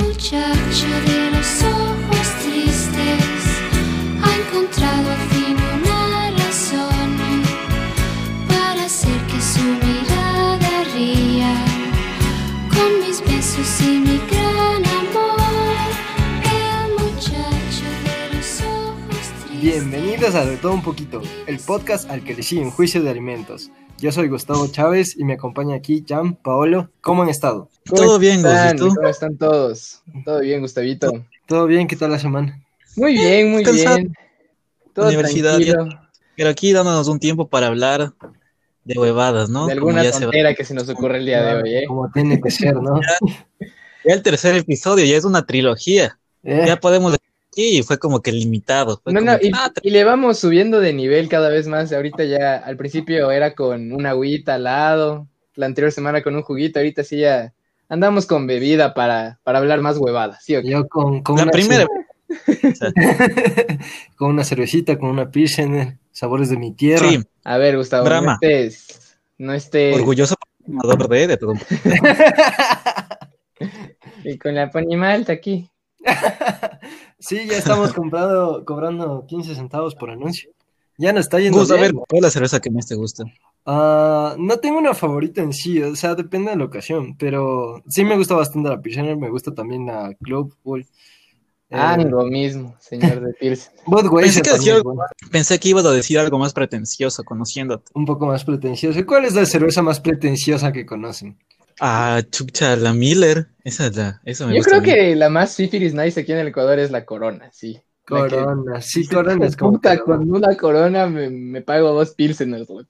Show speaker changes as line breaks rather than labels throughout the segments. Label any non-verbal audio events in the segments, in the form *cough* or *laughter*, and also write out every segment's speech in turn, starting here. muchacha de los ojos tristes ha encontrado al fin una razón para hacer que su mirada ría con mis besos y mi gran amor. El muchacho de los ojos tristes.
Bienvenidos a De Todo Un Poquito, el podcast al que le siguen juicios de alimentos. Yo soy Gustavo Chávez y me acompaña aquí Jan, Paolo. ¿Cómo han estado?
¿Cómo
Todo bien,
están?
Gustavo.
¿Cómo están todos? Todo bien, Gustavito.
¿Todo bien? ¿Qué tal la semana?
Muy bien, muy
Cansado.
bien. Todo
Universidad,
tranquilo.
Pero aquí dándonos un tiempo para hablar de huevadas, ¿no?
De
Como
alguna
ya se va- Ah,
tontera que se nos ocurre el día de hoy, ¿eh?
Como tiene que ser,
*laughs*
¿no?
Ya el tercer episodio ya es una trilogía.
Eh,
Ya podemos decir aquí y fue como que limitado. Fue
No,
como
no,
que,
y,
ah, te-
y le vamos subiendo de nivel cada vez más. Ahorita ya, al principio era con una agüita al lado, la anterior semana con un juguito, ahorita sí ya andamos con bebida para, para hablar más huevadas, ¿sí o qué?
Yo con, con
la
una
primera.
*laughs*
*laughs*
con una cervecita, con una pilsener, sabores de mi tierra.
Sí,
A ver, Gustavo, no
Brahma.
estés, no estés
orgulloso patrocinador de, de todo.
y con la ponimalta aquí.
Sí, ya estamos comprado, cobrando 15 centavos por anuncio. Ya no está yendo
Gusto, a
bien.
ver, ¿cuál es la cerveza que más te gusta?
Ah, no tengo una favorita en sí, o sea, depende de la ocasión, pero sí me gusta bastante la Pilsener, me gusta también la Club Bull. Eh,
Ah, lo mismo, señor de Pilsen.
Budweiser
Pensé que
también
decía
es
algo
buena,
Pensé que ibas a decir algo más pretencioso conociéndote.
un poco más pretencioso. ¿Cuál es la cerveza más pretenciosa que conocen?
Ah, chucha, la Miller. Esa es la. Esa me
Yo
gusta a
creo
mí.
que la más sífilis nice aquí en el Ecuador es la corona, sí. La que-
Corona, sí, Corona es como
Pues, Puta,
que-
con una corona me, me pago dos pilseners, loco.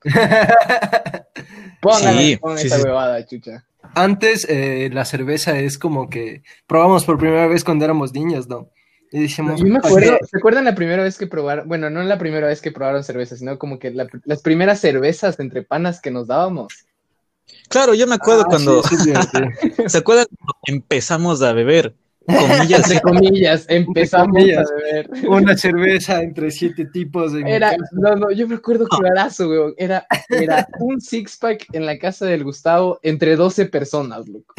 Póngale,
Sí,
pongan
sí,
esa
sí.
huevada, chucha.
Antes eh, la cerveza es como que probamos por primera vez cuando éramos niños, ¿no? Y decíamos,
Yo me
"Oye,
acuerdo, ¿se acuerdan la primera vez que probaron? Bueno, no la primera vez que probaron cerveza, sino como que la- las primeras cervezas entre panas que nos dábamos.
Claro, yo me acuerdo
ah,
cuando.
sí, sí, sí, sí".
*laughs*
¿Se acuerdan cuando empezamos a beber? Comillas,
Entre comillas, empezamos
comillas.
a beber.
una cerveza entre siete tipos en mi
Era,
casa.
no, no, yo me acuerdo clarazo, weón. Era, era un six pack en la casa del Gustavo entre 12 personas, loco.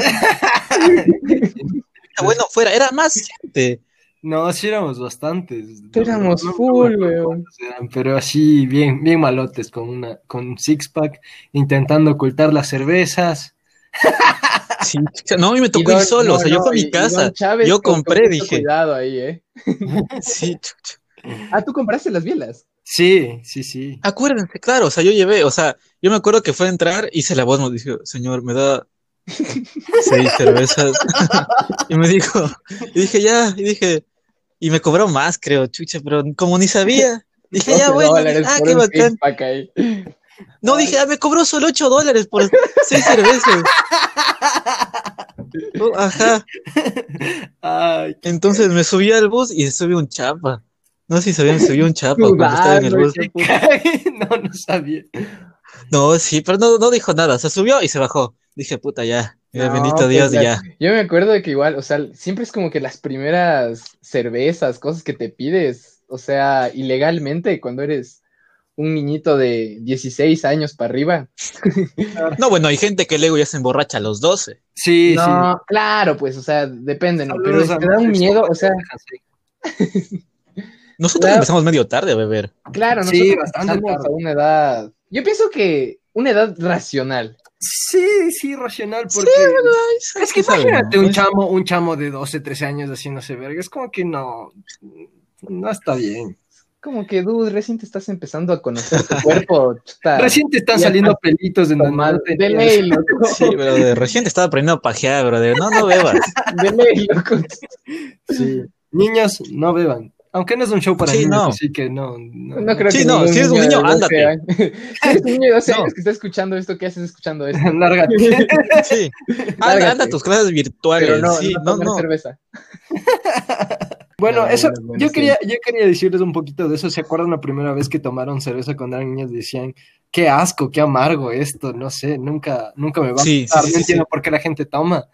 "Ah, bueno, fuera, era más gente.
No, sí éramos bastantes. la verdad,
Éramos
no me
full,
acuerdo
weón.
cuántos eran, pero así bien, bien malotes con una, con un six pack, intentando ocultar las cervezas.
*laughs* Sí, chucha, no, a mí me
Y
tocó
Don-
ir solo, o sea,
no,
yo
no,
fui a
y-
mi
y
casa.
Don Chávez
Yo
con-
compré,
con mucho
dije.
Cuidado ahí, ¿eh?
Sí, chucha.
Ah, tú compraste las bielas.
Sí, sí, sí.
acuérdense, claro, o sea, yo llevé, o sea, yo me acuerdo que fue a entrar, hice la voz, me dijo, señor, me da seis cervezas. *laughs* y me dijo, y dije, ya, y dije, y me cobró más, creo, chucha, pero como ni sabía. Dije, ya,
12
bueno,
dólares
ah,
por
qué
un
bacán.
six pack ahí.
No, dije, ah, me cobró solo 8 dólares por 6
*laughs*
cervezas. Oh, ajá.
Ay,
Entonces me subí al bus y subí un chapa. No sé si sabían, subí un chapa cuando estaba en el
Sudando,
bus.
*laughs* qué
qué- *laughs* no, no sabía.
No, sí, pero no, no dijo nada. Se subió y se bajó. Dije, puta, ya. Mira,
No,
bendito
pues,
Dios, y
la-
ya.
Yo me acuerdo de que igual, o sea, siempre es como que las primeras cervezas, cosas que te pides, o sea, ilegalmente cuando eres un niñito de 16 años para arriba.
No, bueno, hay gente que luego ya se emborracha a los 12.
Sí, sí.
no, claro, pues, o sea, depende, ¿no? Pero
Saludos a
te da un
mis
miedo, o
compas
sea,
de Texas, sí.
Nosotros
Claro.
empezamos medio tarde a beber.
claro,
Sí,
nosotros
bastante
empezamos
tarde.
a una edad, yo pienso que una edad racional.
Sí, sí, racional,
Sí,
porque es que
¿Qué sabe,
imagínate
no?
un chamo, un chamo de 12, 13 años haciéndose verga, es como que no, no está bien.
Como que, dude, recién te estás empezando a conocer tu
*laughs*
cuerpo. chuta.
Recién te están
Ya
saliendo pelitos de donde no
Tomado. De
tenías.
ley, loco.
*laughs* Sí, pero de reciente estaba aprendiendo a pajear, bro. de, no, no bebas.
De ley, loco.
Sí. Niños, no beban. Aunque no es un show para
Sí,
niños,
no.
así que no. no.
No creo
Sí,
que
no,
ningún
si eres un
de
niño,
12
ándate.
años- *laughs* Si eres un niño de 12
No.
años que está escuchando esto, ¿qué haces escuchando
*laughs*
*laughs*
esto? *laughs*
Lárgate.
Sí.
Lárgate.
Anda, anda a tus clases virtuales.
Pero no,
sí,
no,
no,
tomar
no.
cerveza.
Bueno,
No,
eso,
bueno, bueno,
yo
sí.
quería, yo quería decirles un poquito de eso. ¿Se acuerdan la primera vez que tomaron cerveza cuando eran niños? Decían, qué asco, qué amargo esto, no sé, nunca, nunca me va a
Sí, sí,
gustar,
sí,
no
sí,
entiendo por qué la gente toma.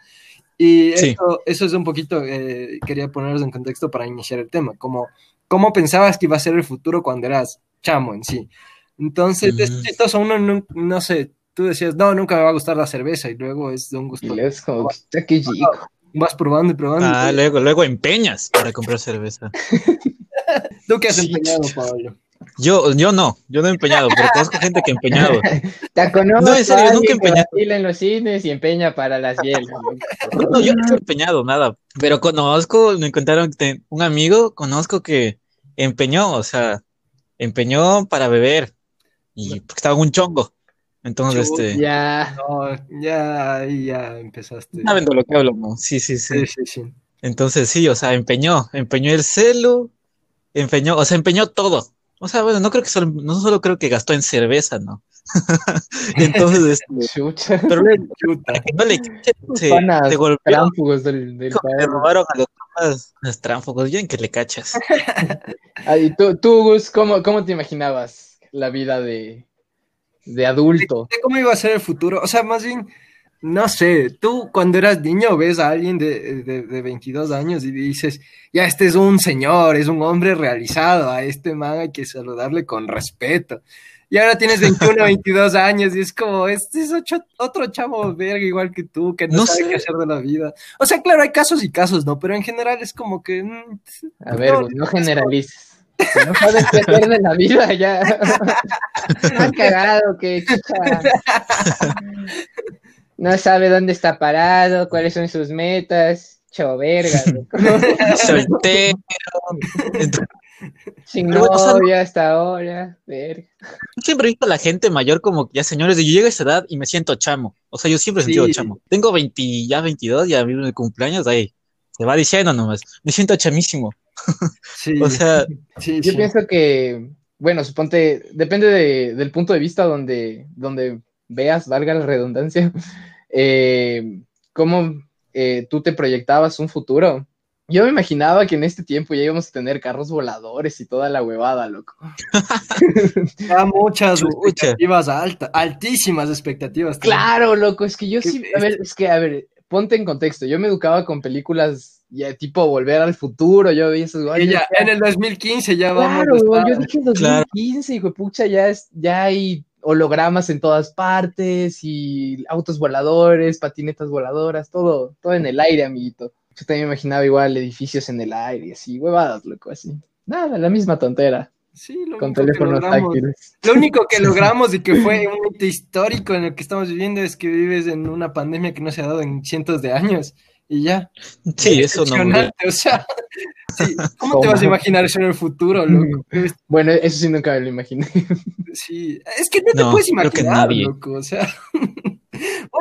Y
Sí.
esto- eso es un poquito, eh, quería ponerlos en contexto para iniciar el tema, como cómo pensabas que iba a ser el futuro cuando eras chamo en sí. Entonces, es
Ujú.
chistoso, uno no, no sé, tú decías, no, nunca me va a gustar la cerveza y luego es de un gusto.
Y es como, ya qué chico.
Vas probando y probando.
Ah, luego, luego empeñas para comprar cerveza.
¿Tú qué has
sí.
empeñado, Pablo?
Yo, yo no, yo no he empeñado, pero conozco gente que ha empeñado.
Te conozco.
No, en serio,
alguien
nunca
que
empeñé.
vacila en los cines y empeña para las bielas.
No,
*laughs*
yo no he empeñado nada, pero conozco, me contaron que un amigo, conozco que empeñó, o sea, empeñó para beber y porque estaba en un chongo. Entonces,
Chongo,
este,
ya.
No, ya, ahí ya empezaste.
saben de lo que hablo, ¿no? Sí, sí, sí.
Sí, sí, sí.
Entonces, sí, o sea, empeñó, empeñó el celu, empeñó, o sea, empeñó todo. O sea, bueno, no creo que solo, no solo creo que gastó en cerveza, ¿no? *laughs* Entonces, este,
Chucha.
pero luego,
Chuta.
para que no le quiten, se,
Panas
se golpeó,
Trámpugos del, del
le
cuaderno.
robaron a los papás los tránsfugos, bien que le cachas.
Ah, y tú, tú, Gus, ¿cómo, cómo te imaginabas la vida de, de adulto?
de cómo iba a ser el futuro. O sea, más bien, no sé, tú cuando eras niño ves a alguien de, de- de 22 años y dices, ya este es un señor, es un hombre realizado, a este man hay que saludarle con respeto. Y ahora tienes
*laughs*
21, 22 años y es como, este es ocho- otro chavo verga igual que tú, que no,
No
sabe
sé.
qué hacer de la vida. O sea, claro, hay casos y casos, ¿no? Pero en general es como que... mm,
A ver,
No,
Gus, no generalices. Si no sabes qué hacer de la vida, ya. Más cagado que chucha. No sabe dónde está parado, cuáles son sus metas. Choverga,
Soltero. Entonces,
sin
Pero bueno, o sea, no-
novia hasta ahora. Verga.
yo siempre he visto a la gente mayor como que ya señores, y yo llego a esa edad y me siento chamo. O sea, yo siempre he sentido
Sí.
chamo. Tengo 20, ya 22, ya vivo el cumpleaños, ahí. Se va diciendo nomás. Me siento chamísimo.
Sí,
O sea,
sí,
Yo
sí.
pienso que, bueno, suponte, depende de- del punto de vista donde, donde veas, valga la redundancia, *laughs* eh, cómo eh, tú te proyectabas un futuro. Yo me imaginaba que en este tiempo ya íbamos a tener carros voladores y toda la huevada, loco.
Ya muchas
Chucha.
expectativas altas, altísimas expectativas.
Claro, loco, es que yo
Qué
sí, a ver, es que, a ver, ponte en contexto, yo me educaba con películas ya, tipo Volver al Futuro, yo veía esas
Y ya,
guayas.
en el 2015 ya vamos
Claro,
a estar-
yo dije en
Claro.
2015, hijo de pucha, ya, es, ya hay hologramas en todas partes y autos voladores, patinetas voladoras, todo, todo en el aire, amiguito. Yo también me imaginaba igual edificios en el aire, y así, huevadas, loco, así. Nada, la misma tontera,
Sí, lo único
con
que
teléfonos
logramos-
táctiles.
Lo único
*laughs*
que logramos y que fue un hito histórico en el que estamos viviendo es que vives en una pandemia que no se ha dado en cientos de años. Y ya.
sí, eso no. güey.
Impresionante, O sea, *laughs* sí, ¿cómo te vas a imaginar eso en el
*laughs*
futuro, *laughs* loco?
Bueno, eso sí nunca me lo imaginé. *laughs*
Sí, es que no te
No,
puedes
creo que
imaginar,
nadie.
loco. O sea,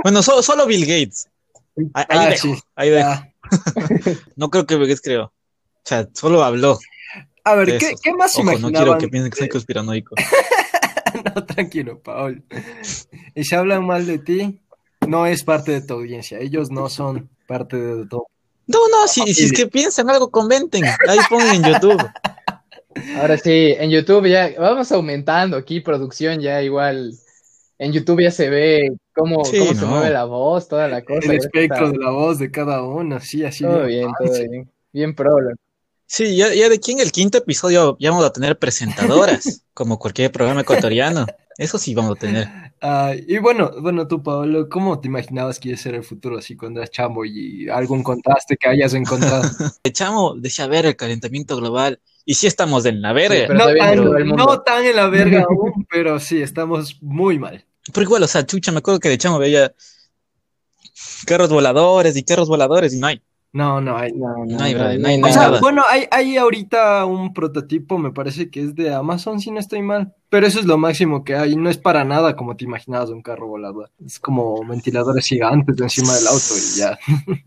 Bueno, so- solo Bill Gates. Ahí, ahí
Ah, sí,
dejo, ahí dejo.
ya.
No creo que Bill Gates creó. O sea, solo habló.
A ver,
de
¿qué,
eso.
qué más
Ojo, no
imaginaban?
quiero que piensen que soy
No,
conspiranoico.
*laughs* tranquilo, Paul. Y si hablan mal de ti, no es parte de tu audiencia. Ellos no son parte de
*laughs*
tu
No,
*laughs*
no, si, si es
sí.
que piensan algo, comenten. Ahí pongan en YouTube.
Ahora sí, en YouTube ya vamos aumentando aquí producción, ya igual. En YouTube ya se ve cómo,
Sí,
cómo se
no.
mueve la voz, toda la cosa.
el
gracias a-
espectro de la voz de cada uno. Sí, así.
Todo bien, todo bien. Bien pro, loco.
Sí, ya, ya de aquí en el quinto episodio ya vamos a tener
*laughs*
presentadoras, como cualquier programa ecuatoriano. Eso sí vamos a tener.
*laughs* Ah, y bueno, bueno, tú, Pablo, ¿cómo te imaginabas que iba a ser el futuro así cuando eras chamo y algún contraste que hayas encontrado?
Echamos de saber el calentamiento global. Y sí estamos en la verga.
Sí,
pero...
no,
*laughs* pero- todavía
tan,
en todo el mundo.
no tan en la
*laughs*
verga aún, pero sí, estamos muy mal.
igual, o sea, chucha, me acuerdo que de chamo veía carros voladores y carros voladores y no hay.
No, no, hay.
No,
No hay, brother, no hay
O sea,
nada.
bueno, hay, hay ahorita un prototipo, me parece que es de Amazon, si no estoy mal. Pero eso es lo máximo que hay. No es para nada como te imaginabas un carro volador. Es como ventiladores gigantes de encima del auto y ya.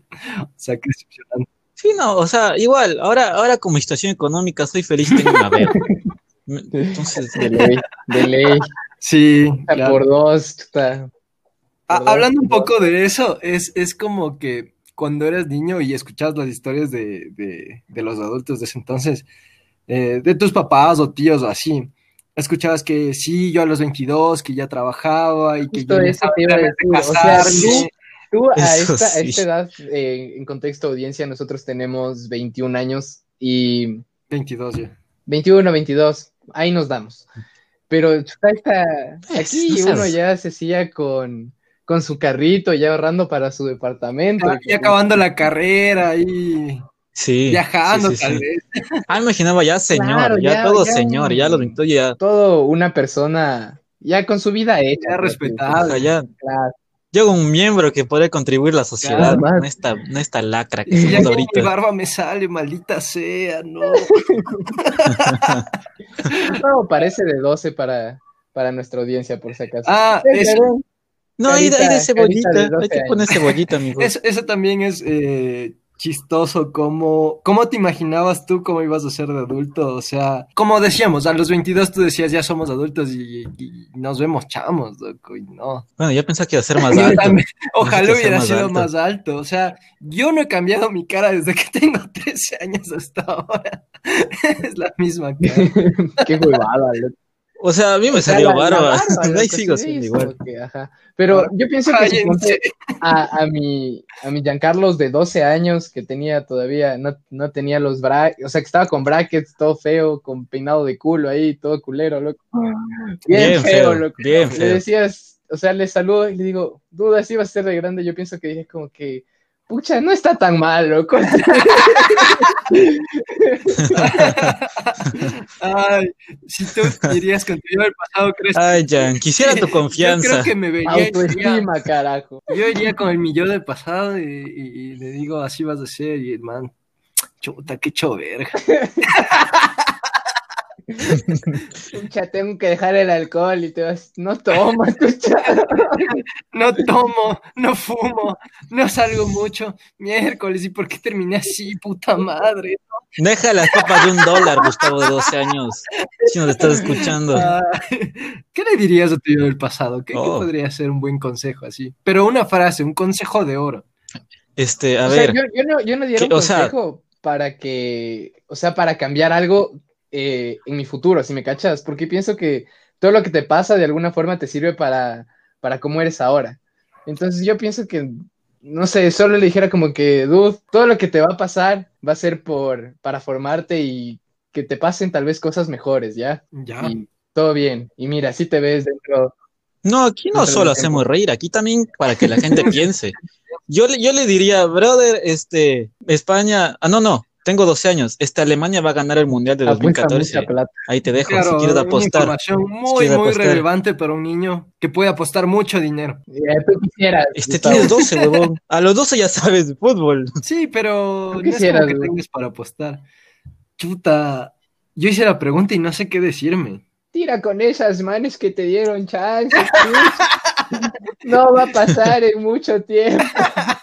*laughs* o sea, qué decepcionante.
Sí, no, o sea, igual, ahora, ahora con mi situación económica soy feliz, tengo una verga.
*laughs*
Me- Entonces,
De ley,
*laughs*
de ley.
Sí,
Está
claro.
Ah, Por dos, chuta.
Ah,
¿verdad?
hablando un poco de eso, es, es como que cuando eras niño y escuchabas las historias de, de- de los adultos de ese entonces, eh, de tus papás o tíos o así, escuchabas que sí, yo a los 22, que ya trabajaba y que
Justo
yo ya
eso te iba a
realmente
decir, o sea,
casarme.
Tú a
Eso
esta, a
sí.
esta edad, eh, en contexto de audiencia, nosotros tenemos 21 años y
22 ya.
21, 22, ahí nos damos. Pero chuta, esta-
Pues,
aquí
no
uno
sabes.
ya se hacía con, con su carrito y ahorrando para su departamento.
Ya, ya acabando la carrera y
Sí.
viajando
sí, sí,
tal
sí.
vez.
Ah, imaginaba ya señor,
Claro,
ya,
ya,
todo
ya.
señor, ya los 22 ya.
Todo una persona ya con su vida hecha.
Ya
pues,
respetada.
o sea, ya
claro.
llega un miembro que puede contribuir a la sociedad,
Claro, más.
no esta, no esta lacra que
Y
somos
ya como mi
ahorita.
barba me sale, maldita sea, no.
No, parece de 12 para, para nuestra audiencia, por si acaso.
Ah,
*laughs*
eso,
No, ahí, de- ahí de
Carita-
cebollita,
carita de 12
hay que
años.
poner cebollita, mijo.
eso- eso también es eh, chistoso, como, ¿cómo te imaginabas tú cómo ibas a ser de adulto? O sea, como decíamos, a los 22 tú decías, ya somos adultos y, y nos vemos chamos, loco, y no.
Bueno, yo pensaba que iba a ser más
Yo
alto.
también. Ojalá
Necesito ser
hubiera
más
sido
alto.
más alto. O sea, yo no he cambiado mi cara desde que tengo *laughs* 13 años hasta ahora. *laughs* es la misma cara.
Qué huevada, loco.
O sea, a mí me
O sea,
salió
la- la
barba. *laughs*
barba,
Ahí
loco,
sigo
sí,
siendo
es
igual.
como que, ajá. Pero yo pienso que
Cállense.
suponte a, a mi a mi Giancarlos de 12 años que tenía todavía no, no tenía los brackets, o sea, que estaba con brackets todo feo, con peinado de culo ahí, todo culero, loco. Bien,
Bien
feo,
feo,
loco.
bien
Le
feo.
decías, o sea, le saludo y le digo, duda, si va a ser de grande, yo pienso que dije como que Pucha, no está tan mal, loco.
Ay, si tú dirías contigo el pasado, crees
Ay, Jan, quisiera
*laughs*
tu
Yo creo
confianza.
que me vería. y diría-
Autoestima, carajo.
yo iría con el millón del pasado y, y- y le digo, así vas a ser. Y el man, chuta, qué choverga.
Pucha, tengo que dejar el alcohol y te vas, no tomas, pucha.
No tomo, no fumo, no salgo mucho. Miércoles, ¿y por qué terminé así, puta madre?
Deja las papas de un dólar, Gustavo, de 12 años. Si nos estás escuchando.
Ah, *laughs* ¿Qué le dirías a tu yo del pasado? ¿Qué, qué
Oh.
podría ser un buen consejo así? Pero una frase, un consejo de oro.
Este, *laughs* a
O sea,
ver.
yo, yo no, yo no diera
que-
un
o sea-
consejo para que, o sea, para cambiar algo eh, en mi futuro, si me cachas, porque pienso que todo lo que te pasa de alguna forma te sirve para, para cómo eres ahora. Entonces yo pienso que, no sé, solo le dijera como que, dude, todo lo que te va a pasar va a ser por, para formarte y que te pasen tal vez cosas mejores, ¿ya?
Ya.
Y todo bien. Y mira, así te ves dentro.
No, aquí no
Dentro
solo
del tiempo.
hacemos reír, aquí también para que la gente piense. Yo le, yo le diría, brother, este, España, ah, no, no, tengo 12 años, este, Alemania va a ganar el Mundial de
Apuesta
2014.
mucha plata.
Ahí te dejo,
Claro,
si quieres
una
apostar.
información
Si
muy,
quieres
muy
apostar.
relevante para un niño que puede apostar mucho
*laughs*
dinero.
Eh, tú quisieras,
Este,
Gustavo.
tienes
*laughs*
12, huevón. A los 12 ya sabes de fútbol.
Sí, pero no
Yo
es
quisiera,
como que
güey.
tengas para apostar. Chuta, yo hice la pregunta y no sé qué decirme.
Tira con esas manos que te dieron chance. tío. No va a pasar en mucho tiempo.
*laughs*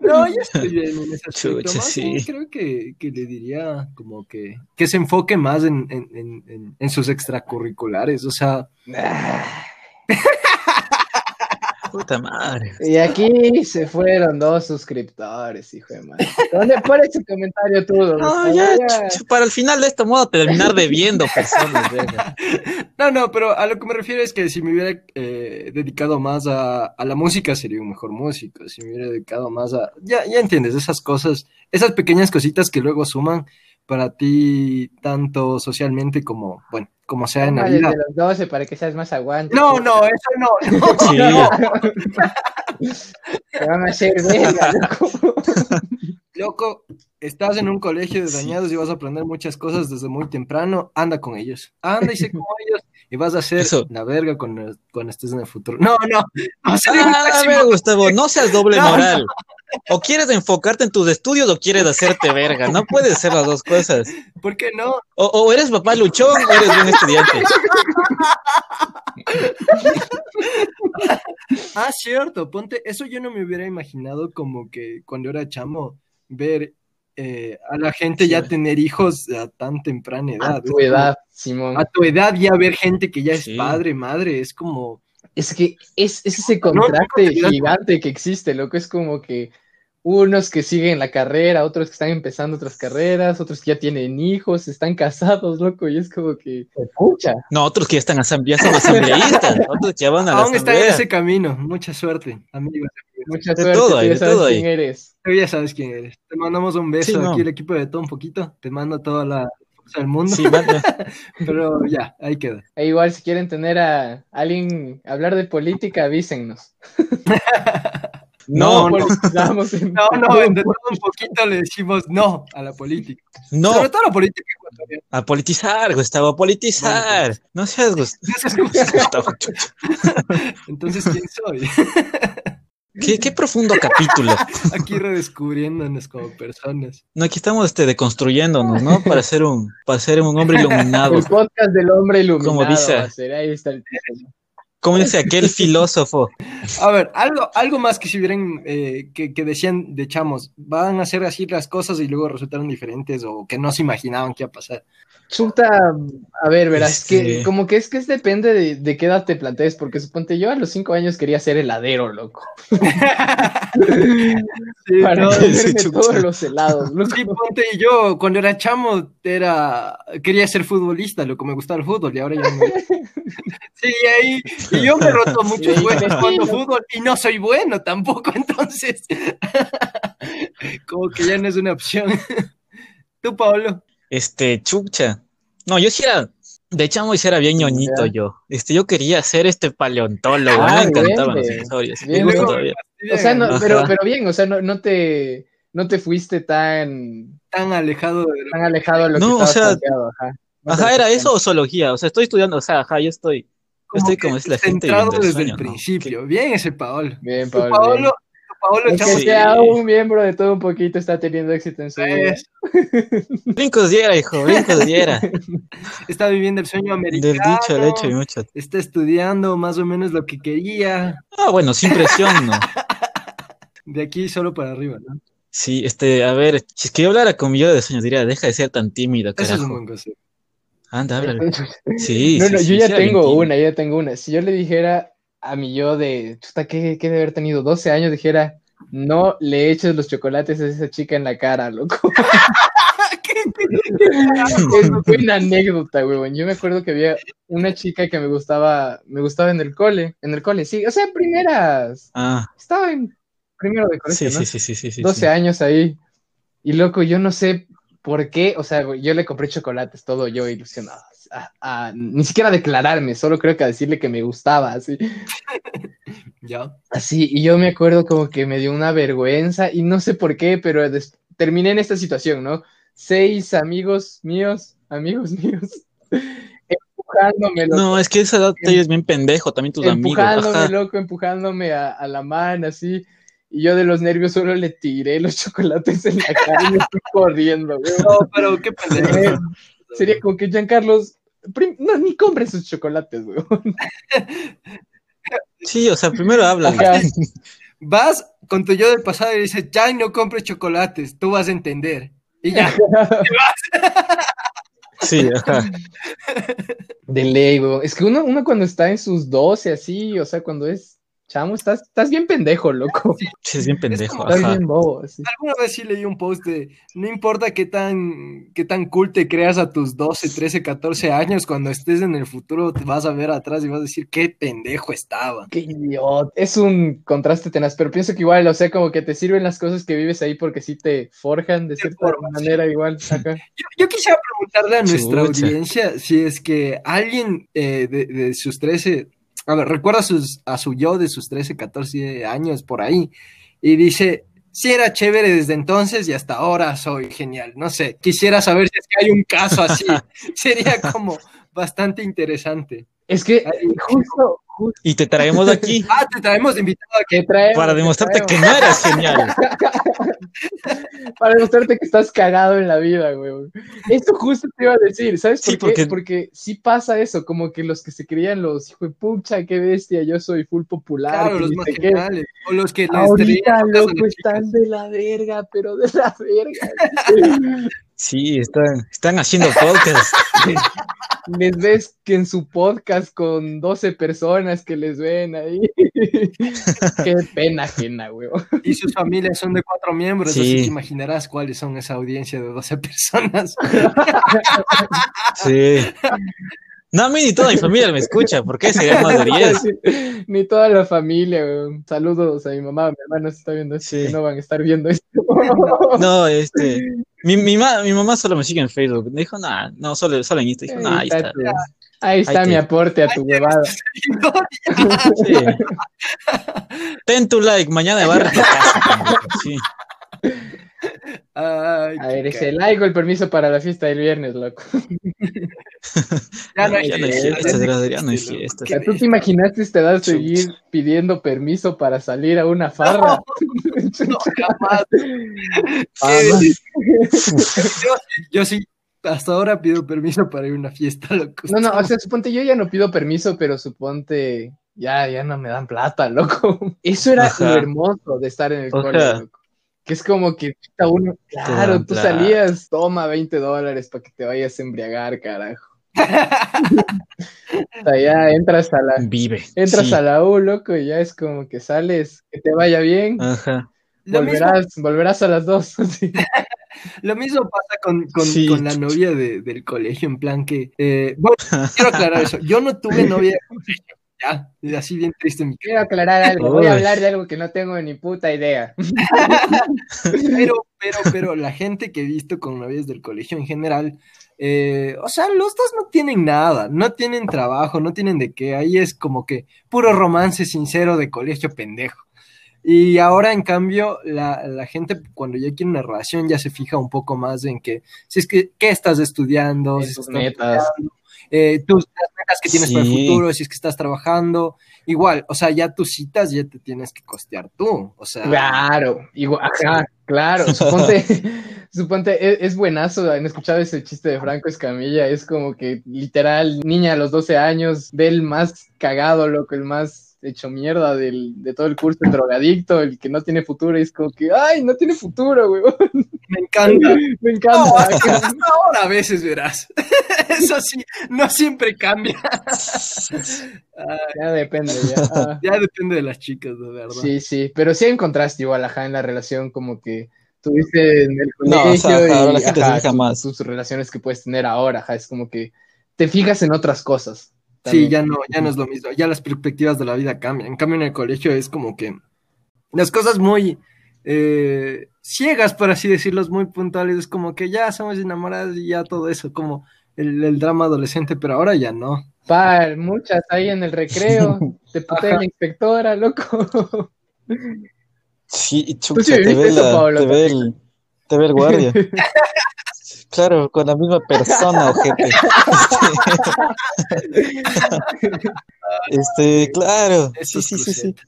No, yo estoy bien en ese aspecto.
Chucha,
Más bien
sí.
creo que, que le diría como que, que se enfoque más en, en- en- en- en sus extracurriculares. O sea,
Puta madre.
Y aquí se fueron dos suscriptores, hijo de madre. ¿Dónde pones tu comentario tú? don
No,
Gustavo?
ya,
Ya.
ch- ch- para el final de esta moda terminar debiendo pues.
*laughs*
personas, verga.
No, no, pero a lo que me refiero es que si me hubiera eh, dedicado más a, a la música sería un mejor músico, si me hubiera dedicado más a... Ya, ya entiendes, esas cosas, esas pequeñas cositas que luego suman para ti tanto socialmente como, bueno, como sea en la
Tómale
vida.
de los 12 para que seas más aguante.
No,
tío. *laughs*
no, eso no, no.
Sí.
Te van a hacer verga, loco.
Loco, estás en un colegio de dañados y vas a aprender muchas cosas desde muy temprano, anda con ellos, anda y sé como ellos y vas a hacer
Eso.
la verga cuando, cuando estés en el futuro. No, no, no, sería un
Ah, a
pésimo
ver, Gustavo, no seas doble
No,
moral. O quieres enfocarte en tus estudios o quieres hacerte verga. No puedes ser las dos cosas.
¿Por qué no?
O, o eres papá luchón o eres buen estudiante.
Ah, cierto, ponte, eso yo no me hubiera imaginado como que cuando era chamo, ver eh, a la gente ya
Sí.
tener hijos a tan temprana edad.
A tu edad, Simón.
A tu edad ya ver gente que ya es
Sí.
padre, madre, es como...
Es que es, es ese
no,
contraste
no, no.
gigante que existe, loco. Es como que unos que siguen la carrera, otros que están empezando otras carreras, otros que ya tienen hijos, están casados, loco. Y es como que, pucha,
No, otros que ya están asam- ya son asambleístas, otros que ya van a la
Aún está en
asamblea.
ese camino, mucha suerte, amigos.
mucha
De
suerte.
todo
tú
hay,
ya
de
sabes
todo
quién eres.
Tú ya sabes quién eres. Te mandamos un beso
Sí, no.
aquí el equipo de todo un poquito. Te mando toda la cosa del mundo.
Sí, man-
*laughs* Pero ya, ahí queda.
E igual, si quieren tener a alguien hablar de política, avísennos.
no,
No, no.
politizamos en-
No, *laughs* no,
eh,
en todo un poquito le decimos no a la política.
no,
Sobre todo a la política *laughs* ecuatoriana.
a politizar, Gustavo, a politizar. *laughs* No seas Gus-
Entonces,
Gustavo.
Entonces, ¿quién soy?
Qué, qué profundo capítulo.
Aquí redescubriéndonos como personas.
No, aquí estamos este, deconstruyéndonos, ¿no? Para ser un, para ser un hombre iluminado.
El podcast del hombre iluminado.
Como dice.
va a ser, ahí está el-
Como dice aquel filósofo.
A ver, algo, algo más que si hubieran, eh, que, que decían de chamos, van a hacer así las cosas y luego resultaron diferentes o que no se imaginaban que iba a pasar.
Chuta, a ver, verás,
Este-
que como que es que es depende de, de qué edad te plantees, porque suponte yo a los cinco años quería ser heladero, loco,
Sí,
para
no,
sí,
comerme
chuta.
todos los helados, loco.
sí, ponte y yo, cuando era chamo, era, quería ser futbolista, lo que me gustaba el fútbol y ahora ya no. *laughs* Sí, y ahí, y yo me roto muchos
Sí,
huesos
sí.
jugando fútbol y no soy bueno tampoco, *laughs* entonces, como que ya no es una opción. *laughs* Tú, Pablo.
Este, chucha. No, yo sí era, de chamo y sí era bien ñoñito
Ya.
yo. Este, yo quería ser este paleontólogo. me
Ah,
encantaban los
bien.
dinosaurios.
Bien,
Me gustan
bien.
todavía.
O sea, no,
Ajá.
pero, pero bien, o sea, no, no te no te fuiste tan,
tan alejado de lo
tan alejado de lo que
No, o
estabas
sea,
planteado, ajá. No te
Ajá, ¿era
fuiste
eso o zoología? O sea, estoy estudiando, o sea, ajá, yo estoy, yo estoy como es la gente
centrado
viviendo
desde el
sueño, ¿no?
principio. Bien ese Paolo.
tan- Bien,
Tu
Pablo.
Paolo,
bien.
tu Paolo
Aunque
Chamo,
sí.
sea un miembro de todo un poquito está teniendo éxito en su vida.
es-
Que Brincos diera, hijo, brincos
*laughs*
diera.
está viviendo el sueño
Del
americano.
dicho al hecho y mucho.
Está estudiando más o menos lo que quería.
Ah, bueno, sin presión, ¿no?
De aquí solo para arriba, ¿no?
Sí, este, a ver, si es que yo hablara con mi yo de sueño, diría, deja de ser tan tímido,
Eso es un
carajo.
buen consejo.
Anda,
*laughs*
háblale. Sí,
No,
sí,
no,
sí,
yo
sí,
ya
era bien
tengo
tímido.
una, yo ya tengo una. Si yo le dijera a mi yo de, chuta, ¿qué, qué de haber tenido 12 años? Dijera, no le eches los chocolates a esa chica en la cara, loco. *laughs* es una anécdota, huevón. Yo me acuerdo que había una chica que me gustaba, me gustaba en el cole, en el cole, sí, o sea, primeras,
Ah,
estaba en primero de colegio,
sí,
¿no?
sí, sí, sí, sí, sí.
12
sí.
años ahí. Y loco, yo no sé por qué, o sea, yo le compré chocolates, todo yo ilusionado. a- a- ni siquiera declararme, solo creo que a decirle que me gustaba, así.
Ya.
Así, y yo me acuerdo como que me dio una vergüenza y no sé por qué, pero des- terminé en esta situación, ¿no? Seis amigos míos, amigos *laughs* míos, empujándome, loco,
No, es que a esa edad te es bien pendejo, también tus amigos.
empujándome,
Ajá.
loco, empujándome a, a la mano, así. Y yo de los nervios solo le tiré los *laughs* chocolates en la cara y me fui corriendo, güey.
No, pero qué pendejo.
Eh, *laughs* Sería como que Giancarlos. prim- No, ni compre sus chocolates, güey.
Sí, o sea, primero hablan.
Ajá.
Vas con tu yo del pasado y dices, ya no compres chocolates, tú vas a entender. Y ya.
Sí, ajá.
*laughs* De ley, güey. Es que uno, uno cuando está en sus 12, así, o sea, cuando es chamo, estás, estás bien pendejo, loco.
Sí, es bien pendejo,
como-
Estás
ajá.
bien bobo, así.
Alguna vez sí leí un post de no importa qué tan, qué tan cool te creas a tus 12, 13, 14 años, cuando estés en el futuro te vas a ver atrás y vas a decir qué pendejo estaba.
Qué idiota. Es un contraste tenaz, pero pienso que igual, o sea, como que te sirven las cosas que vives ahí porque sí te forjan de
Te
cierta
forman, sí.
manera igual. Ajá.
Yo, yo quisiera preguntarle a nuestra
Chucha.
audiencia si es que alguien eh, de, de sus 13, a ver, recuerda a sus, a su yo de sus 13, 14 años por ahí y dice, si era chévere desde entonces y hasta ahora soy genial, no sé, quisiera saber si es que hay un caso así, sería como bastante interesante.
Es que
Ay,
justo, justo
Y te traemos aquí
Ah, te traemos de invitado aquí.
que traemos,
para
que
demostrarte
traemos.
que no eras genial.
Para demostrarte que estás cagado en la vida, güey. Esto justo te iba a decir, ¿sabes por
Sí,
qué? Porque...
porque-
sí pasa eso, como que los que se creían los hijo de pucha, qué bestia, yo soy full popular.
Claro,
que
los
ni
más
sé qué".
geniales. O los que les
Ahorita,
traían las
loco, están de la verga, pero de la verga. *laughs*
Sí, están, están haciendo podcast.
les ves que en su podcast con 12 personas que les ven ahí. *laughs* qué pena ajena, güey.
Y sus familias son de cuatro miembros,
Sí.
así que imaginarás cuáles son esa audiencia de 12 *laughs* personas.
Sí. No, a mí ni toda mi familia me escucha, porque sería más de 10.
Ni toda la familia, güey. Saludos a mi mamá, mi hermano, si está viendo esto,
Sí. *laughs*
*laughs* que no van a estar viendo esto.
No, este. Mi, mi, ma- mi mamá solo me sigue en Facebook. Me dijo, nah, no, solo, solo en Insta. Dijo, nah, ahí está.
tu- ahí está
Ahí
mi
te-
aporte a tu huevada.
Sí. Ten tu like, mañana de barrio. Sí.
Ay,
A ver,
qué
ese like o el permiso para la fiesta del viernes, loco.
Ya no hay
Ya no hay
fiestas,
fiestas,
ya no
ya no hay
existe, loco.
fiestas.
O sea, ¿Tú te imaginaste esta edad seguir pidiendo permiso para salir a una farra? *laughs*
No, jamás.
Jamás.
Eh, yo, yo sí, hasta ahora pido permiso para ir a una fiesta, loco.
No, no, o sea, suponte yo ya no pido permiso, pero suponte ya, ya no me dan plata, *laughs* loco. Eso era
Ajá.
lo hermoso de estar en el
O
cole,
sea,
loco. Que es como que a uno, claro,
dan
tú
plata.
salías, toma 20 dólares para que te vayas a embriagar, carajo. *laughs* o sea, ya entras a la,
Vive.
entras
sí.
a la U, loco, y ya es como que sales, que te vaya bien,
Ajá.
Lo mismo,
volverás, volverás a las dos. *laughs* así.
lo mismo pasa con, con-
Sí.
con la novia de- del colegio, en plan que... eh, bueno, quiero aclarar eso. Yo no tuve novia de colegio, ya, y así bien triste en mi
Quiero aclarar algo, voy a
Uy.
hablar de algo que no tengo ni puta idea.
Pero, pero, pero la gente que he visto con novias del colegio en general, eh, o sea, los dos no tienen nada, no tienen trabajo, no tienen de qué. Ahí es como que puro romance sincero de colegio pendejo. Y ahora, en cambio, la, la gente cuando ya quiere una relación ya se fija un poco más en que, si es que, ¿qué estás estudiando?
En
Si
tus
estás
metas.
estudiando, eh, tus las metas que tienes para el
Sí.
futuro, si es que estás trabajando. Igual, o sea, ya tus citas ya te tienes que costear tú. O sea,
Claro, igual, ajá, claro, suponte, *laughs* suponte, e-, es, es buenazo, han escuchado ese chiste de Franco Escamilla, es como que literal, niña a los 12 años, ve el más cagado, loco, el más hecho mierda del, de todo el curso, el drogadicto, el que no tiene futuro, y es como que, ay, no tiene futuro, güey,
me encanta.
*laughs* me encanta.
Hasta ahora a veces verás. *laughs* Eso sí, no siempre cambia.
*laughs*
*laughs*
ya depende, ya. ah.
Ya depende de las chicas, de verdad.
Sí, sí, pero sí encontraste igual, ajá, en la relación como que tuviste en el
No,
colegio
o sea, ajá, ahora
y
la gente se
ajá,
fija
tus-
más.
tus relaciones que puedes tener ahora, ajá, es como que te fijas en otras cosas.
Sí,
también.
ya no, ya no es lo mismo. Ya las perspectivas de la vida cambian. En cambio, en el colegio es como que las cosas muy eh, ciegas, por así decirlo, muy puntuales. Es como que ya somos enamorados y ya todo eso, como el, el drama adolescente, pero ahora ya no.
Par, muchas ahí en
*laughs*
el recreo, te putea la inspectora, loco.
Sí, y
sí
chucha, te
viviste
ve
eso,
la-
Pablo,
te ve el, te ve el guardia. Claro, con la misma persona, ojete. Este, este, claro, sí,
Esos
sí, sí, sí.
*laughs*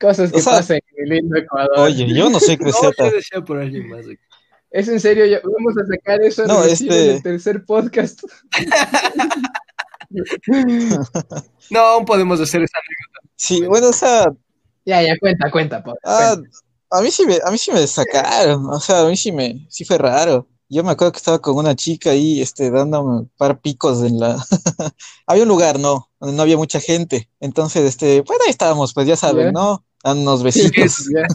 Cosas que
O sea,
pasan en mi lindo Ecuador.
Oye, yo no soy
No,
cruceta.
yo decía por alguien más.
Es en serio, ya vamos a sacar eso
No,
recién
este-
en el tercer podcast. *laughs*
No, aún podemos hacer
*laughs*
esa.
Sí, bueno, o sea,
Ya, ya, cuenta, cuenta, Pablo,
ah, a mí sí me, a mí sí me sacaron, o sea, a mí sí me, sí fue raro. Yo me acuerdo que estaba con una chica ahí, este, dándome un par picos en la... *laughs* Había un lugar, ¿no? Donde no había mucha gente. Entonces, este, bueno, ahí estábamos, pues ya
Ya.
saben, ¿no? Dándonos
cuenta.
besitos.
Ya,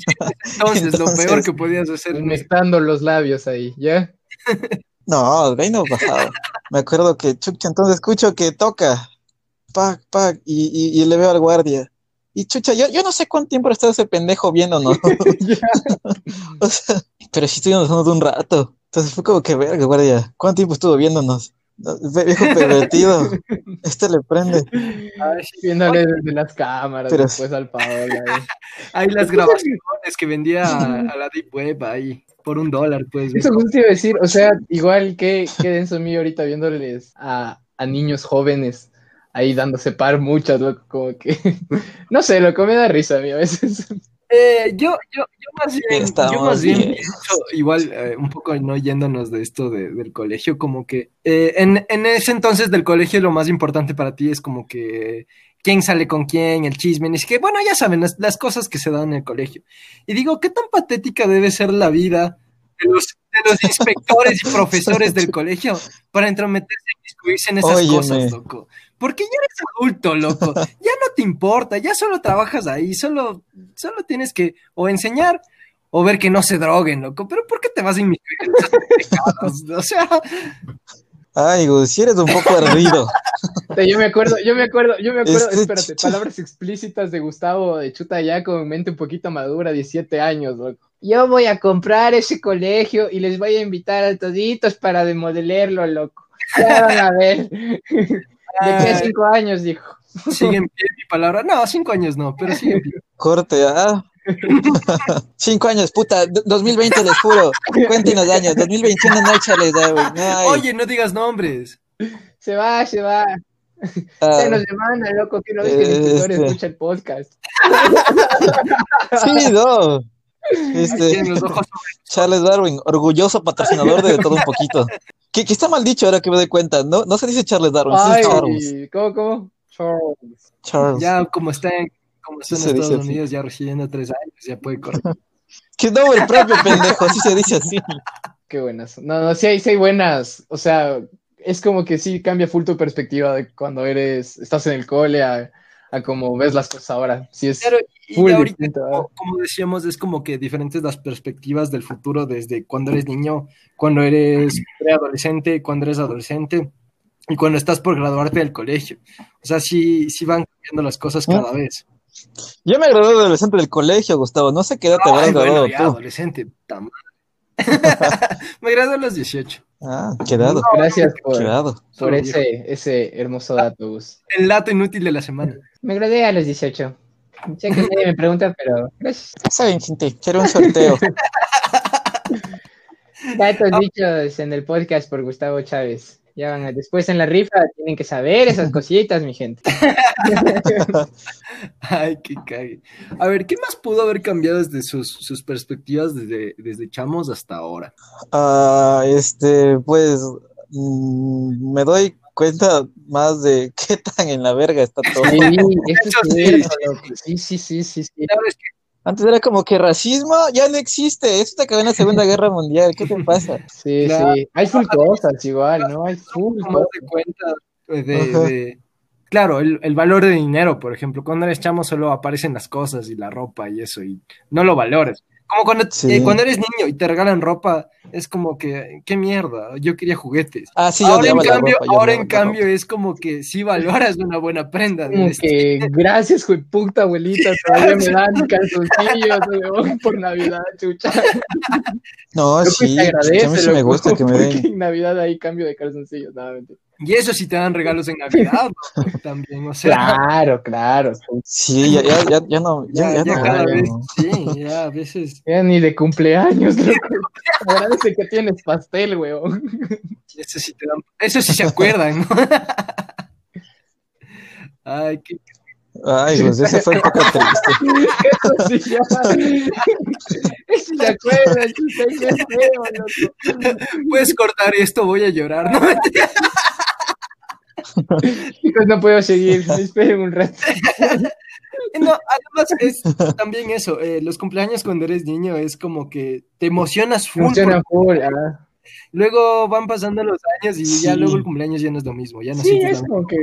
Entonces,
Entonces-
lo peor que podías hacer en
conectando los labios ahí, ¿ya?
No, de ahí no bajaba. Me acuerdo que chucha, entonces escucho que toca, pac, pac, y, y- y le veo al guardia. Y chucha, yo, yo no sé cuánto tiempo está ese pendejo viéndonos.
Ya.
*laughs* O sea, pero sí estuvimos hablando un rato. Entonces fue como que verga, guardia, ¿cuánto tiempo estuvo viéndonos? No, ve- Viejo pervertido, este le prende.
Ay, sí.
Viéndole desde las cámaras,
Pero-
después al Paola. eh.
Hay las grabaciones Pues que vendía a, a la Deep Web ahí por un dólar, pues.
*laughs* Eso justo iba a decir, o sea, igual que, que denso mío ahorita viéndoles a, a niños jóvenes ahí dándose par muchas, loco, como que, *laughs* no sé, loco, me da risa a mí a veces. *laughs*
Eh, yo, yo, yo más bien, yo más
Estamos
bien
bien.
pienso, igual, eh, un poco no yéndonos de esto de- del colegio, como que eh, en, en ese entonces del colegio lo más importante para ti es como que quién sale con quién, el chisme, es que, bueno, ya saben, las, las cosas que se dan en el colegio. Y digo, ¿qué tan patética debe ser la vida de los, de los inspectores y profesores del colegio para entrometerse y discutirse en esas
Óyeme.
cosas, loco? Porque ya eres adulto, loco,
*laughs*
ya no te importa, ya solo trabajas ahí, solo solo tienes que o enseñar o ver que no se droguen, loco. Pero ¿por qué te vas a inmiscuir en esas
*laughs*
pendejadas? O sea,
Ay, Gus, si eres un poco ardido.
O sea, yo me acuerdo, yo me acuerdo, yo me acuerdo,
Este
espérate,
chucha.
palabras explícitas de Gustavo de Chuta ya con mente un poquito madura, 17 años, loco. yo voy a comprar ese colegio y les voy a invitar a toditos para demodelerlo, loco. Ya van a ver. De qué cinco años, dijo.
Sigue en pie mi palabra. No, cinco años no, pero sigue en
*laughs*
pie.
Corte, ah. *laughs* Cinco años, puta, do- 2020 les juro. Cuéntenos años, 2021 no échales, ah, güey. No hay.
Oye, no digas nombres.
Se va, se va.
Ah,
Se nos
*laughs*
semana, loco, que no ves que el instructor
Este.
escucha el podcast.
Sí, no. Este,
Tienen los ojos.
Charles Darwin, orgulloso patrocinador de, De todo un poquito. Que, que está mal dicho ahora que me doy cuenta. No, no se dice Charles Darwin, se
Ay,
dice Charles.
¿cómo, cómo? Charles.
Charles.
Ya como está en, como está en
Sí, se
Estados
dice así.
Unidos, ya recibiendo tres años, ya puede correr.
Que no, el propio pendejo, así se dice así.
Qué buenas. No, no, sí hay, sí hay buenas. O sea, es como que sí cambia full tu perspectiva de cuando eres, estás en el cole a, a como ves las cosas ahora. Sí es
Claro, y
full
ya ahorita,
distinto. ¿verdad?
como, como decíamos, es como que diferentes las perspectivas del futuro desde cuando eres niño, cuando eres preadolescente, cuando eres adolescente y cuando estás por graduarte del colegio. O sea, sí, sí van cambiando las cosas cada vez.
Yo me gradué de adolescente del colegio, Gustavo. No sé qué edad te habrás
Ay,
graduado
bueno, ya,
tú.
adolescente, puta madre. *laughs* Me gradué a los 18.
Ah, quedado,
Gracias por,
quedado.
por
Solo
ese, ese hermoso dato, Gus.
El dato inútil de la semana.
Me gradué a los 18. Sé que nadie me pregunta, pero gracias.
Saben, gente, será un
*laughs*
sorteo.
Datos
Ah.
dichos en el podcast por Gustavo Chávez. Ya van a- después en la rifa, tienen que
*laughs*
saber esas cositas, mi gente.
Ay, qué cague. A ver, ¿qué más pudo haber cambiado desde sus, sus perspectivas desde, desde chamos hasta ahora?
Ah, este, pues mm, me doy cuenta más de qué tan en la verga está todo.
Sí, eso es
sí.
cierto, loco. sí, sí, sí, sí, sí.
La verdad es que
Antes era como que racismo ya no existe, eso te acabó en la Segunda Guerra Mundial, ¿qué
*laughs*
te pasa?
Sí,
Claro.
sí.
*laughs*
Hay full cosas igual, ¿no? Hay full
como
cosas.
de cuenta eh, de,
Pues, Ajá.
de- claro, el, el valor de dinero, por ejemplo, cuando eres chamo solo aparecen las cosas y la ropa y eso, y no lo valores. Como cuando,
Sí.
eh, cuando eres niño y te regalan ropa, es como que, qué mierda, yo quería juguetes.
Ah, sí, yo
ahora en
odiaba la
cambio,
ropa, yo
ahora
odiaba
en
la ropa.
cambio es como que sí valoras una buena prenda. de
Como
vestir.
que
este.
gracias, güey,
*laughs*
puta abuelita, todavía me dan calzoncillos weón, por Navidad, chucha.
No,
Yo
Ah, sí, pues, a
te
mí sí
agradece,
me
loco,
gusta que me
porque
den.
en Navidad hay cambio de calzoncillos, no, mentira.
Y eso si te dan regalos en Navidad,
*laughs*
¿no? también, o sea,
Claro, claro.
Sí, ya, ya, ya, ya no,
ya,
ya, ya
ya
no,
cada
ya
vez,
no.
sí, ya a veces
Ya ni de cumpleaños, loco. Agradece que tienes pastel, weón.
Eso sí te dan- eso sí se acuerdan, ¿no? *laughs* Ay, qué-
Ay, pues ese fue
*laughs*
un poco triste.
Eso sí ya. Eso se acuerda, chucha, qué feo, loco.
puedes cortar esto, voy a llorar, ¿no? *laughs*
Chicos, no puedo seguir, esperen un rato.
No, además es también eso, eh, los cumpleaños cuando eres niño es como que te emocionas full,
Funciona
porque
full, ah.
luego van pasando los años y ya
Sí.
luego el cumpleaños ya no es lo mismo, ya no
Sí,
sientes
es
la-
como que.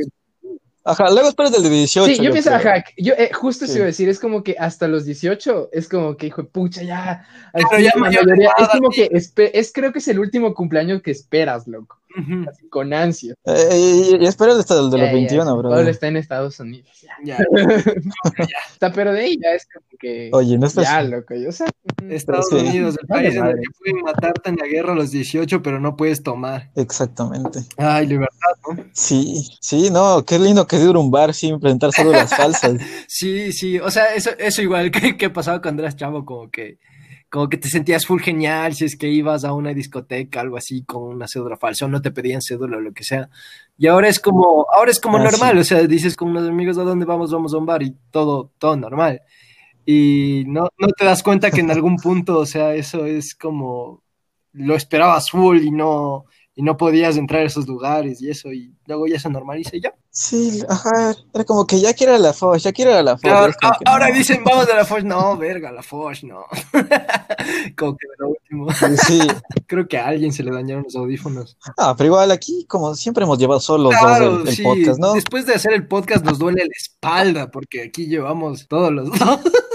Ajá, luego esperas del de 18.
Sí, yo pienso,
creo.
ajá, yo eh, justo se
Sí.
iba a decir, es como que hasta los 18 es como que, hijo de pucha, ya. al
Claro,
fin,
ya
la
mayor
mayoría-
de
es
edad,
como
sí.
que, espe- es, creo que es el último cumpleaños que esperas, loco,
Ujú,
así, con ansia.
Eh, eh, y, y esperas hasta el de los
Ya, ya,
21, bro.
Pablo este, está en Estados Unidos, ya.
ya.
Está, pero de ahí ya es como que.
Oye, no estás.
ya, loco, yo sé.
Estados
Sí.
Unidos, el
Vale,
país en el
madre.
que pueden matarte en la guerra a los 18, pero no puedes tomar.
Exactamente.
Ay, libertad, ¿no?
Sí, sí, no, qué lindo que es ir a un bar sin presentar solo
*laughs*
las falsas.
Sí, sí, o sea, eso, eso igual *laughs* que, que pasaba cuando eras chavo, como que, como que te sentías full genial si es que ibas a una discoteca, algo así, con una cédula falsa, o no te pedían cédula o lo que sea. Y ahora es como, ahora es como
Ah,
normal, o sea, dices con unos amigos, ¿a dónde vamos? Vamos a un bar y todo, todo normal. Y no, no te das cuenta que en algún punto, o sea, eso es como, lo esperabas full y no, y no podías entrar a esos lugares y eso, y luego ya se normaliza y ya.
Sí, ajá, era como que ya quiero ir a la Foch, ya quiero ir a la Foch.
Claro,
Es como
a-
que
ahora
no.
dicen vamos a la Foch, no, verga, la Foch, no. *laughs* como que de lo último.
Sí,
Creo que a alguien se le dañaron los audífonos.
ah, pero igual aquí, como siempre hemos llevado solo los
Claro,
dos el, el
sí.
podcast, ¿no?
Después de hacer el podcast nos duele la espalda, porque aquí llevamos todos los dos. *laughs*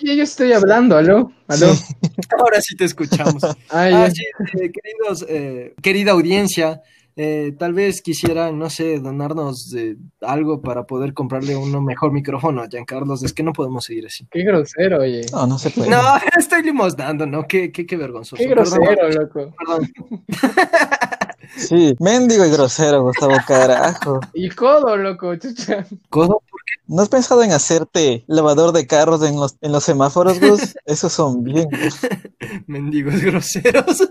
Yo, yo estoy hablando, aló, aló.
Sí. *laughs*
ahora sí te escuchamos.
Ay,
Ah,
ya.
sí, eh, queridos, eh, querida audiencia, eh, tal vez quisieran, no sé, donarnos eh, algo para poder comprarle un mejor micrófono a Giancarlos. Es que no podemos seguir así.
Qué grosero, oye.
Ah,
No, no se puede.
No, *laughs* estoy limosnando, ¿no? Qué, qué, qué vergonzoso.
Qué
pues, Perdón,
grosero, loco.
perdón.
Sí, mendigo y
*laughs*
grosero, Gustavo, carajo.
Y codo, loco, chucha.
Codo,
¿No has pensado en hacerte lavador de carros en los, en los semáforos, Gus? Esos
*laughs*
son bien. Gus.
mendigos *laughs* groseros.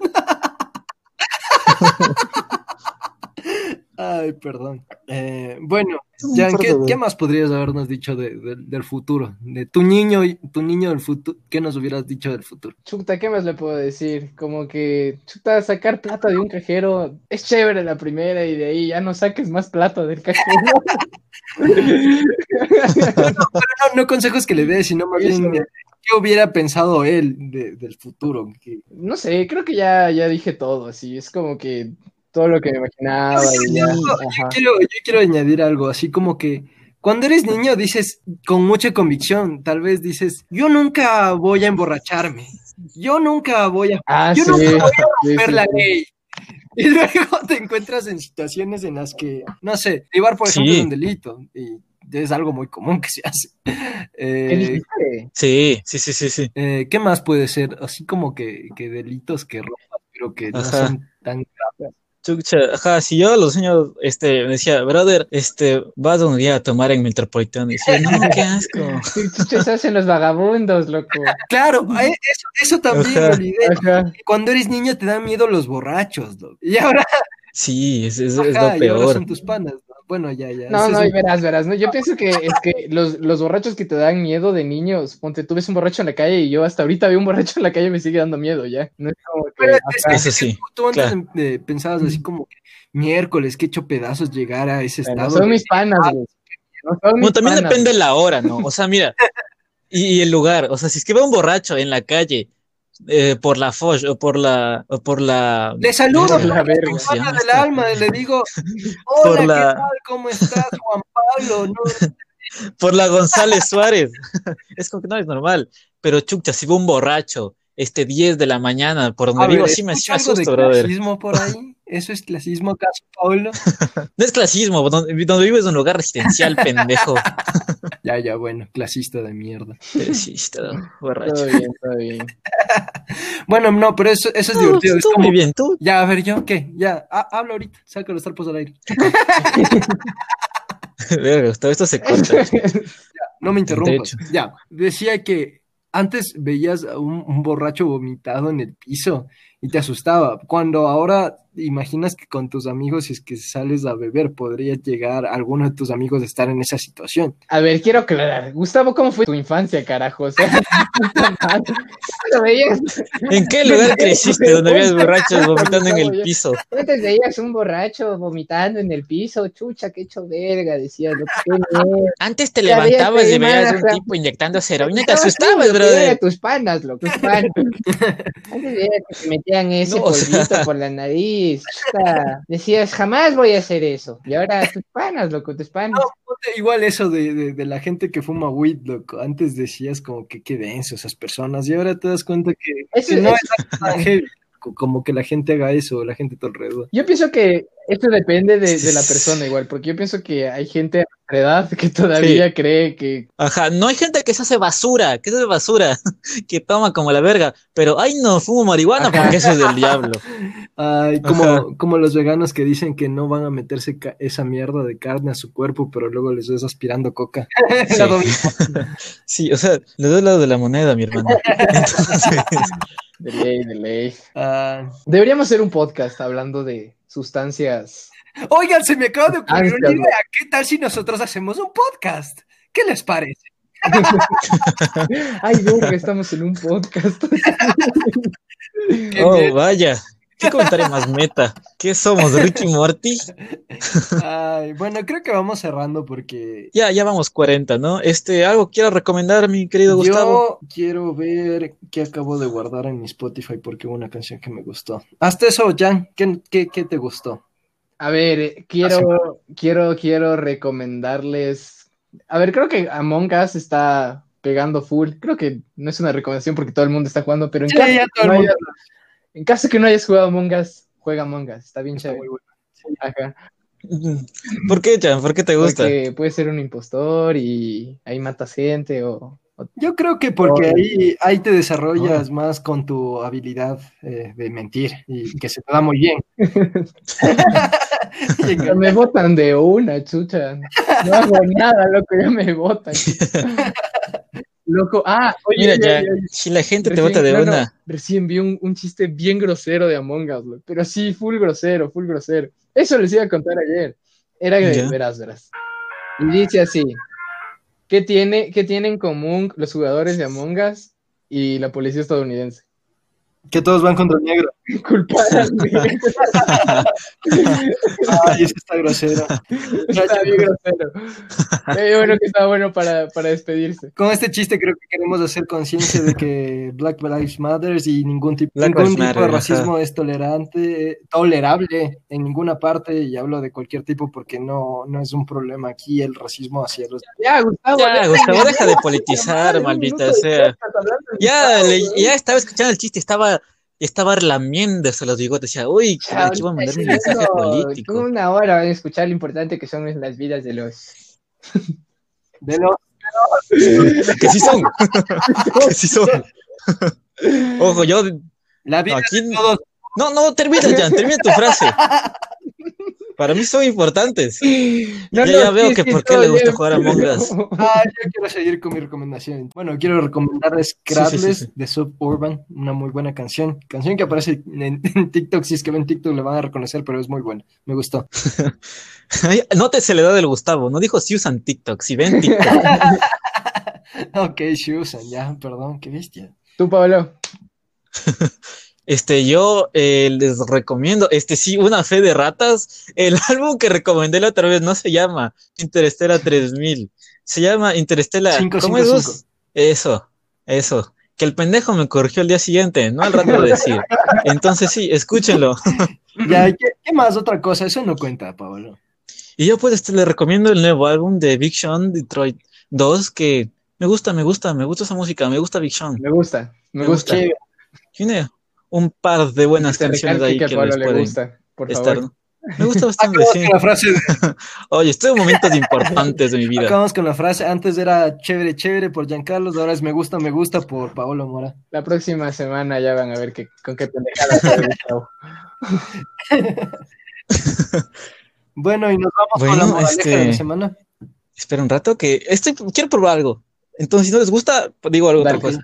Ay, perdón. Eh, bueno,
Un
Jan,
par
¿qué,
de-
qué más podrías habernos dicho de- de- del futuro? De tu niño, y- tu niño del futuro, ¿qué nos hubieras dicho del futuro?
Chuta, ¿qué más le puedo decir? Como que, chuta, sacar plata de un cajero es chévere la primera y de ahí ya no saques más plata del cajero.
No, no consejos que le dé, sino más
Eso.
bien eh, qué hubiera pensado él de- del futuro. Que-
*laughs* no sé, creo que ya, ya dije todo, así es como que todo lo que me imaginaba y ya. ajá.
Quiero- yo quiero añadir algo, así como que cuando eres niño dices con mucha convicción, tal vez dices, yo nunca voy a emborracharme, yo nunca voy a
Ah,
Yo
sí.
no voy a
sí,
romper
sí,
la
sí.
ley. *laughs* Y luego te encuentras en situaciones en las que, no sé, llevar por
Sí.
ejemplo, es un delito y es algo muy común que se hace. *laughs* Eh,
¿Qué dijiste?
Sí, sí, sí, sí, sí.
eh, ¿Qué más puede ser? Así como que, que delitos que roban, pero que no
Ajá.
son tan...
Chucha, ajá, si yo a los niños, este, me decía, brother, este, vas un día a tomar en Metropolitano. Y decía, no, qué asco.
*laughs* Sí, chucha, se hacen los vagabundos, loco.
Claro, eh, eso, eso también
Ajá.
me olvidé.
Ajá.
Cuando eres niño te dan miedo los borrachos, ¿no? Y ahora,
Sí, es, es- es
ajá,
lo
y ahora
peor.
son tus panas. ¿no? Bueno, ya, ya.
No,
ese
no,
es
y
un-
verás, verás, ¿no? Yo pienso que es que los, los borrachos que te dan miedo de niños, ponte, tú ves un borracho en la calle y yo hasta ahorita veo un borracho en la calle y me sigue dando miedo, ¿ya? No es como que...
Pero
ajá.
Eso sí.
Tú antes
claro.
eh, pensabas así como que miércoles, que hecho pedazos llegar a ese
Bueno,
estado.
son
de-
mis panas, güey. No son mis
Bueno, también
panas,
depende la hora, ¿no? O sea, mira, y, y el lugar. O sea, si es que va un borracho en la calle, eh, por la Foch o por la, o por la,
Le saludo,
Por la
Juan,
verga.
tu
Se llama
pana del
esta-
alma, le digo, hola,
*laughs* Por
¿qué
la-
tal? ¿Cómo estás, Juan Pablo?
*laughs*
No,
por la González Suárez. *laughs* es como que no es normal. Pero chucha, si va un borracho, este 10 de la mañana, por donde
a
vivo,
ver,
sí me, sí me
¿escucha algo de
asusto, brother.
clasismo por ahí? ¿Eso es clasismo acaso,
*laughs*
Pablo?
No es clasismo, donde, donde vivo es un
*laughs*
lugar residencial, pendejo.
ya, ya, bueno, clasista de mierda.
Pero sí, está borracho.
Todo bien, todo bien. *laughs*
Bueno, no, pero eso, eso es divertido. Es
Tú
como,
muy bien, tú. *laughs*
ya, a ver, ¿yo qué? Ya, ha- habla ahorita, saca los tarpos al aire.
Verga, todo esto se corta.
No me interrumpas.
hecho.
Ya, decía que antes veías a un, un borracho vomitado en el piso y te asustaba. Cuando ahora imaginas que con tus amigos, si es que sales a beber, podría llegar alguno de tus amigos a estar en esa situación.
A ver, quiero aclarar. Gustavo, ¿cómo fue tu infancia, carajo? O sea, *laughs* puta madre. ¿Lo veías?
¿En
*laughs*
qué lugar creciste donde habías borrachos vomitando en el piso?
Antes veías un borracho vomitando en el piso, chucha, qué hecho verga, decías, loco, qué miedo.
Antes te
Ya había
levantabas y
primada,
veías a un
claro.
tipo inyectándose heroína, te
*laughs* Estabas
asustabas,
viendo que
brother.
eran Tus panas, loco, tus
*laughs*
panas. Antes veías que te metían ese
No, o
polvito
sea. *laughs*
por la nariz. chuta. Decías, jamás voy a hacer eso. Y ahora tus panas, loco, tus panas.
Ponte Igual eso de, de- de la gente que fuma weed, loco. Antes decías como que qué denso esas personas y ahora te das cuenta que,
Eso-
que no
eso-
es algo tan heavy, loco, como que la gente haga eso, la gente a tu alrededor.
Yo pienso que esto depende de, de
*laughs*
la persona igual, porque yo pienso que hay gente a nuestra edad que todavía cree que...
Ajá, no hay gente que se hace basura, que se hace basura, *laughs* que toma como la verga, pero ay no, fumo marihuana
Ajá.
porque eso es del diablo.
*laughs*
Ay,
Ajá.
como, como los veganos que dicen que no van a meterse ca- esa mierda de carne a su cuerpo, pero luego les ves aspirando coca.
*laughs* Sí. *laughs* Sí, o sea, le doy el lado de la moneda, mi
*laughs*
hermano. Entonces,
De ley, de ley.
Ah,
Deberíamos hacer un podcast hablando de sustancias.
oigan, se me acaba de
Ah,
ocurrir una
Ansias,
idea. ¿Qué tal si nosotros hacemos un podcast? ¿Qué les parece?
Ay, verga, estamos en un podcast.
Qué
oh,
bien.
vaya, qué comentario más meta. ¿Qué somos, Ricky Morty?
Ay, bueno, creo que vamos cerrando porque
Ya, ya vamos 40, ¿no? Este, algo quiero recomendar, mi querido Gustavo.
yo quiero ver qué acabo de guardar en mi Spotify porque hubo una canción que me gustó. Hasta eso, Jan, ¿qué, qué, qué te gustó?
A ver, eh, quiero, quiero, quiero recomendarles. A ver, creo que Among Us está pegando full. Creo que no es una recomendación porque todo el mundo está jugando, pero en,
Sí,
caso,
ya
que
todo el
no
mundo
haya- en caso que no hayas jugado Among Us, juega Among Us. Está bien
Está
chévere.
muy bueno.
Ajá.
¿Por qué, Chan? ¿Por qué te gusta?
Porque puede ser un impostor y ahí matas gente o, o-
Yo creo que porque
Oh.
ahí, ahí te desarrollas más con tu habilidad eh, de mentir y que se te da muy bien.
*laughs*
*laughs* Y en cambio,
me botan de una, chucha. No hago nada, loco, ya
*laughs*
me botan. Loco, ah, oye,
Mira,
oye,
Chan,
oye, oye.
si la gente te
Recién-
vota de
no, no,
una,
recién vi un, un chiste bien grosero de Among Us, loco, pero sí, full grosero, full grosero. Eso les iba a contar ayer. Era de
Ya.
verás, verás. Y dice así: ¿qué tiene, ¿Qué tiene en común los jugadores de Among Us y la policía estadounidense?
que todos van contra el negro.
Culpadas, güey.
Ay, eso está grosero.
Está bien grosero. Eh, bueno, que está bueno para, para despedirse.
Con este chiste creo que queremos hacer conciencia de que Black Lives Matter y ningún tipo,
Black
ningún
Lives
tipo de
Matter,
racismo es tolerante, eh, tolerable en ninguna parte, y hablo de cualquier tipo porque no, no es un problema aquí el racismo hacia los...
Ya, Gustavo.
ya, Gustavo, deja de politizar,
Madre, un minuto
maldita
de
sea.
podcast hablando de
Ya,
Gustavo,
le-
güey.
ya estaba escuchando el chiste, estaba, estaba relamiéndose los bigotes. Decía, uy,
Ya,
aquí voy a mandar un
Ah, ahorita
mensaje
llevo
político.
Una hora van a escuchar lo importante que son las vidas de los.
De los
*laughs* Que sí son. que sí son. *laughs* Ojo, yo
la vida
aquí.
de todos.
No, no, termina, Jan, termina tu
*laughs*
frase. Para mí son importantes. *laughs*
No,
Ya-
no,
ya
sí,
veo
es
que por qué
todo
le gusta
bien,
jugar a Among
pero-
Us.
Ah, yo quiero seguir con mi recomendación. Bueno, quiero recomendarles
sí, sí,
Cradles
sí.
de Suburban, una muy buena canción. Canción que aparece en, *laughs* en TikTok, si es que ven TikTok la van a reconocer, pero es muy buena. Me gustó. *laughs*
Nótese la edad del Gustavo. No dijo si usan TikTok, si ven TikTok.
Ok, Susan, ya, perdón, qué bestia.
*laughs* Tú, Pablo.
Este, yo eh, les recomiendo, este sí, una fe de ratas. El *laughs* álbum que recomendé la otra vez no se llama Interestela 3000. Se llama Interestela.
Cinco,
¿Cómo
cinco,
es?
cinco.
Eso, eso. Que el pendejo me corrigió el día siguiente, no al rato de decir. Entonces sí, escúchenlo.
Ya, ¿qué, qué más? Otra cosa, eso no cuenta, Pablo.
Y yo pues este, le recomiendo el nuevo álbum de Big Sean Detroit 2 que me gusta, me gusta, me gusta esa música, me gusta Big Sean.
Me gusta. Me
Me
gusta.
Che,
Tiene un par de buenas
Se
canciones
recalque
ahí
que
que,
a Pablo
les
le
pueden
gusta. Por
estar.
favor. Ah,
Me gusta bastante,
acabamos
sí.
con la frase de-
Oye, estoy en
*laughs*
momentos importantes de mi vida.
acabamos con la frase. Antes era chévere, chévere por Giancarlos, ahora es me gusta, me gusta por Paolo Mora.
La próxima semana ya van a ver qué- con qué pendejada sale Gustavo.
Bueno, y nos vamos con la
Bueno,
moraleja
este-
de la semana.
Espera un rato que estoy quiero probar algo. Entonces, si no les gusta, pues, digo algo otra
Dale. pues.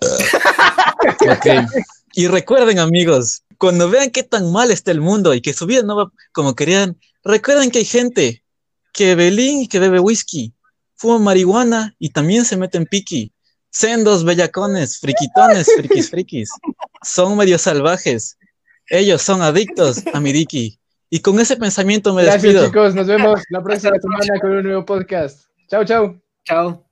cosa. Ok. Y recuerden, amigos, cuando vean qué tan mal está el mundo y que su vida no va como querían, recuerden que hay gente que ve lean y que bebe whisky, fuma marihuana y también se mete en piqui. Sendos, bellacones, friquitones, frikis, frikis. Son medio salvajes. Ellos son adictos a mi diki. Y con ese pensamiento me
*laughs* Gracias,
despido.
chicos. Nos vemos la próxima semana con un nuevo podcast. Chao, chao.
Chao.